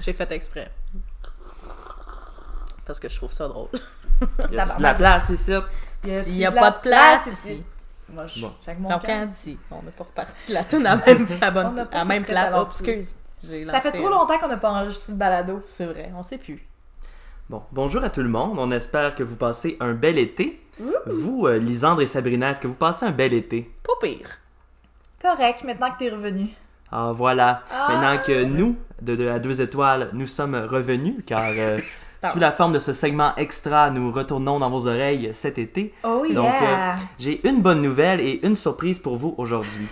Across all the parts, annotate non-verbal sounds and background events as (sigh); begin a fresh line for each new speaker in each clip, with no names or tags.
J'ai fait exprès. Parce que je trouve ça drôle.
Y a de la place ici?
S'il n'y a pas de place ici.
Moche.
Bon.
Fait que mon
Donc,
camp-
ici, on n'a pas reparti la toune à même, à bonne-
On n'a pas
à même
parti
place.
la
Oh,
balance.
excuse. J'ai
Ça fait
lancé,
trop
là.
longtemps qu'on n'a pas enregistré de balado.
C'est vrai, on sait plus.
Bon, bonjour à tout le monde. On espère que vous passez un bel été. Vous, euh, Lisandre et Sabrina, est-ce que vous passez un bel été?
Pas pire.
Correct, maintenant que t'es revenu.
Ah, voilà.
Ah!
Maintenant que nous, de, de la Deux Étoiles, nous sommes revenus, car euh, sous la forme de ce segment extra, nous retournons dans vos oreilles cet été.
Oh yeah!
Donc, euh, J'ai une bonne nouvelle et une surprise pour vous aujourd'hui.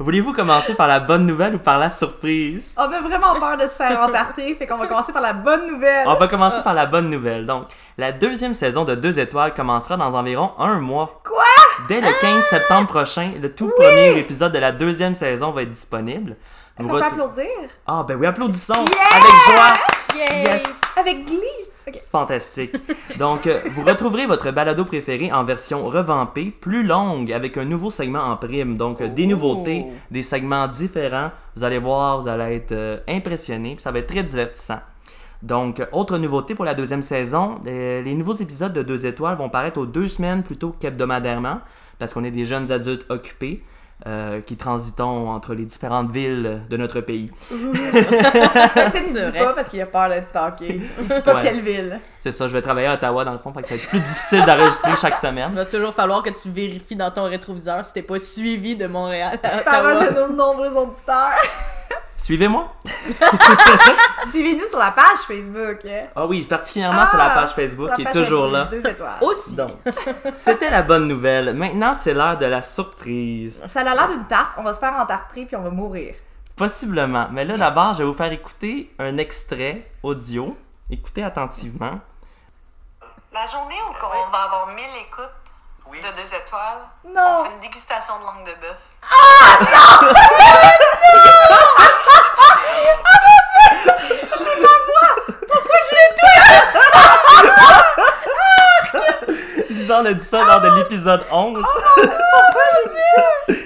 Voulez-vous commencer par la bonne nouvelle ou par la surprise?
On a vraiment peur de se faire emparter, fait qu'on va commencer par la bonne nouvelle.
On va commencer par la bonne nouvelle. Donc, la deuxième saison de Deux Étoiles commencera dans environ un mois.
Quoi? Ah!
Dès le 15 septembre prochain, le tout premier épisode de la deuxième saison va être disponible. Vous
Est-ce qu'on peut
retou-
applaudir?
Ah, ben oui, applaudissons! Avec joie! Yes!
Avec Glee!
Fantastique. Donc, euh, vous retrouverez votre balado préféré en version revampée, plus longue, avec un nouveau segment en prime. Donc, euh, des
Oh.
nouveautés, des segments différents. Vous allez voir, vous allez être euh, impressionnés. puis Ça va être très divertissant. Donc, euh, autre nouveauté pour la deuxième saison, euh, les nouveaux épisodes de Deux Étoiles vont paraître aux deux semaines plutôt qu'hebdomadairement, parce qu'on est des jeunes adultes occupés euh, qui transitons entre les différentes villes de notre pays.
(laughs) Ça ne
(laughs) C'est
dit
vrai.
pas parce qu'il a peur d'être stalké. Il dit pas
Ouais.
quelle ville.
C'est ça, je vais travailler à Ottawa dans le fond, fait que ça va être plus difficile d'enregistrer chaque semaine.
Il va toujours falloir que tu vérifies dans ton rétroviseur si t'es pas suivi de Montréal à
Parole de
Ottawa.
nos nombreux auditeurs.
Suivez-moi!
Suivez-nous sur la page Facebook. hein.
Ah oui, particulièrement sur la
Ah,
page Facebook
Sur la
qui est
page
toujours là.
Deux étoiles.
Aussi.
Donc, c'était la bonne nouvelle. Maintenant, c'est l'heure de la surprise.
Ça a l'air d'une tarte. On va se faire entartrer puis on va mourir.
Possiblement. Mais là, d'abord, je vais vous faire écouter un extrait audio. Écoutez attentivement.
La journée où on va avoir 1000 écoutes de deux étoiles, on
Non!
fait une dégustation de langue de bœuf.
Lisandre a dit ça lors de l'épisode 11.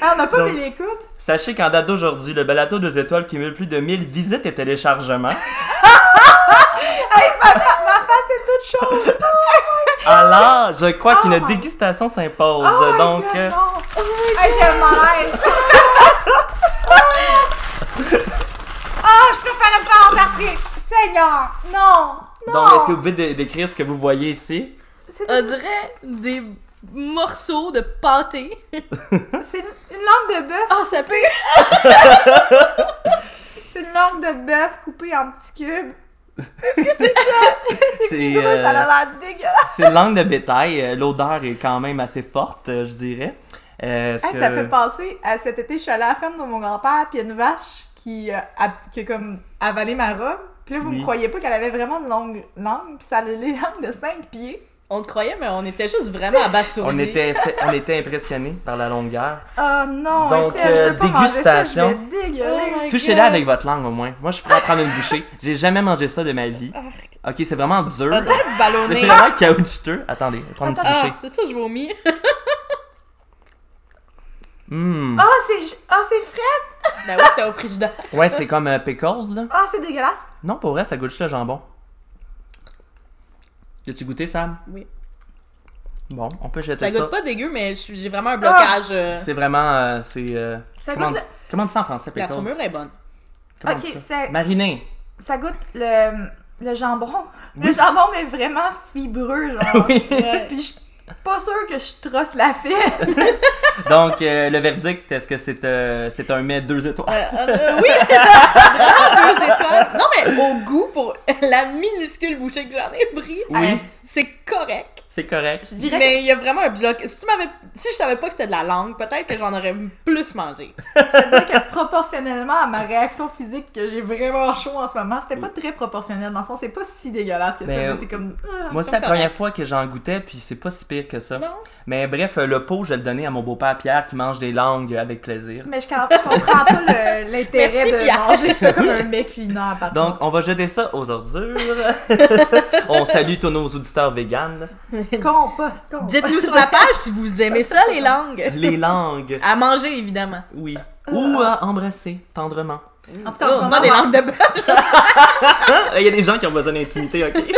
Ah, on n'a pas
Donc-
mis l'écoute.
Sachez qu'en date d'aujourd'hui, le balado deux étoiles cumule plus de 1000 visites et téléchargements.
Ah, Ma face est toute chaude.
Alors, je crois
Oh
qu'une
my-
dégustation s'impose.
Oh my
Donc,
God,
euh,
non. Hey, j'ai un malaise. (laughs) Ah, je préfère me faire entartrer. Seigneur, non, non.
donc, est-ce que vous pouvez dé- décrire ce que vous voyez ici? Euh,
On dirait des morceaux de pâté.
C'est une une langue de bœuf.
Ah, ça pue!
C'est une langue de bœuf coupée en petits cubes.
C'est
Ça
euh,
a l'air dégueulasse.
C'est une langue de bétail. euh, L'odeur est quand même assez forte, euh, je dirais. Euh, est-ce
Hey,
que-
Ça fait penser à cet été, je suis allée à la ferme de mon grand-père, puis il y a une vache qui, euh, a, qui a comme avalé ma robe. Puis là, vous
Oui.
me croyez pas qu'elle avait vraiment une longue langue, puis ça a les langues de 5 pieds.
On te croyait, mais on était juste vraiment abasourdis.
on était, on était impressionnés par la longueur.
Oh non,
Donc,
Étienne, je
euh,
veux pas manger ça, je
dégustation.
vais dégueuler.
Touchez-la avec votre langue au moins. Moi, je pourrais en prendre une bouchée. J'ai jamais mangé ça de ma vie. Ok, c'est vraiment dur.
On dirait du
C'est
ballonné.
vraiment caoutchouteux. Attendez, je vais prendre une petite
Ah,
bouchée.
c'est ça, je vomis. (laughs)
Hmm.
Ah, c'est ah, c'est frais!
Ben oui, c'était au frigidaire.
Ouais, c'est comme euh, pickles, là.
Ah, c'est dégueulasse!
Non, pour vrai, ça goûte juste le jambon. As-tu goûté, Sam?
Oui.
Bon, on peut jeter
Ça
ça.
goûte pas dégueu, mais je suis- j'ai
Ah!
vraiment un blocage. euh,
C'est vraiment... euh, c'est... euh,
Ça
comment,
goûte le-
on dit- comment on dit ça en français,
La
pickles?
saumure est bonne.
Comment on
Ok,
dit ça?
c'est-
Mariné.
Ça goûte le, le jambon. Le
Oui.
jambon, mais vraiment fibreux, genre.
Oui.
Euh, Puis je suis pas sûre que je trosse la fête.
(laughs) Donc, euh, le verdict, est-ce que c'est euh, c'est un mets deux
Ah!
étoiles?
Euh, euh, euh, oui, (laughs) vraiment deux étoiles. Non, mais au goût, pour (laughs) la minuscule bouchée que j'en ai pris, euh,
Oui,
c'est correct.
c'est correct.
Je dirais
Mais il y a vraiment un bloc. Si tu m'avais, si je savais pas que c'était de la langue, peut-être que j'en aurais
(laughs)
plus mangé.
Je dirais que proportionnellement à ma réaction physique que j'ai vraiment chaud en ce moment, c'était pas très proportionnel. Dans le fond, c'est pas si dégueulasse que ça,
Mais,
mais
euh,
c'est comme...
Moi,
c'est
c'est la
correct.
première fois que j'en goûtais, puis c'est pas si pire que ça.
Non.
Mais bref, euh, le pot, je vais le donnais à mon beau-père Pierre qui mange des langues euh, avec plaisir.
Mais je, com- je comprends pas le- l'intérêt
Merci,
de
Pierre.
manger ça comme un mec culinaire, par
Donc,
contre.
on va jeter ça aux ordures. on salue tous nos auditeurs véganes.
Compost, compost.
Dites-nous sur la page si vous aimez ça les langues.
Les langues,
À manger évidemment.
oui. ou à embrasser tendrement.
En tout cas, en ce
Oh,
moment,
demande des langues
(laughs)
de bœuf.
Hein? Il y a des gens qui ont besoin d'intimité, ok?
5 pieds,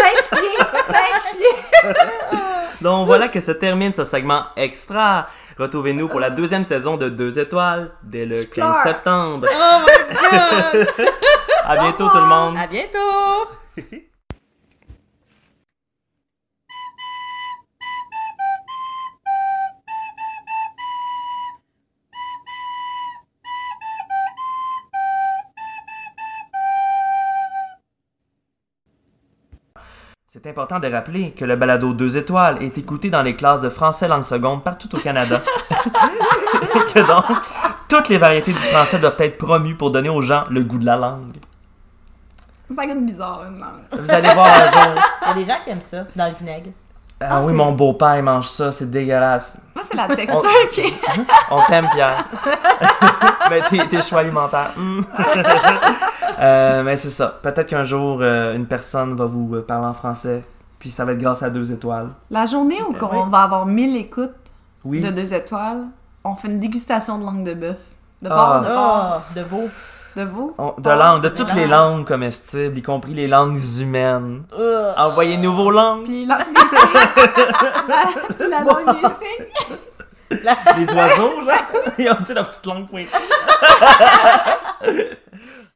5 pieds.
Donc voilà que se termine ce segment extra. Retrouvez-nous pour la deuxième saison de Deux Étoiles dès le
Je
15
pleure. (laughs)
septembre.
Oh my god!
À bientôt tout le monde.
à bientôt!
C'est important de rappeler que le balado Deux Étoiles est écouté dans les classes de français langue seconde partout au
(laughs)
Canada. Et que donc, toutes les variétés du français doivent être promues pour donner aux gens le goût de la langue.
Ça goûte bizarre, une langue.
Vous allez voir un jour.
Il y a des gens qui aiment ça, dans le vinaigre.
Ah,
Ah,
oui,
c'est-
mon beau-père, il mange ça, c'est dégueulasse.
Moi,
(laughs)
c'est la
Oh.
texture qui est.
On t'aime, Pierre. mais tes, tes choix alimentaires. hmm. Euh, mais c'est ça. Peut-être qu'un jour, euh, une personne va vous euh, parler en français, puis ça va être grâce à deux étoiles.
La journée où
on
va avoir 1000 écoutes
Oui.
deux étoiles, on fait une dégustation de langue de bœuf. De
Oh.
porc, de
Ah, Oh. de veau.
de veau.
On- de langue, de
de
toutes
langue.
les langues comestibles, y compris les langues humaines.
Ah.
Oh.
Envoyez-nous vos
(laughs)
langues.
Puis la (laughs) langue des signes. la, la langue des signes.
(laughs) Les oiseaux, genre. Ils ont dit la petite langue pointue.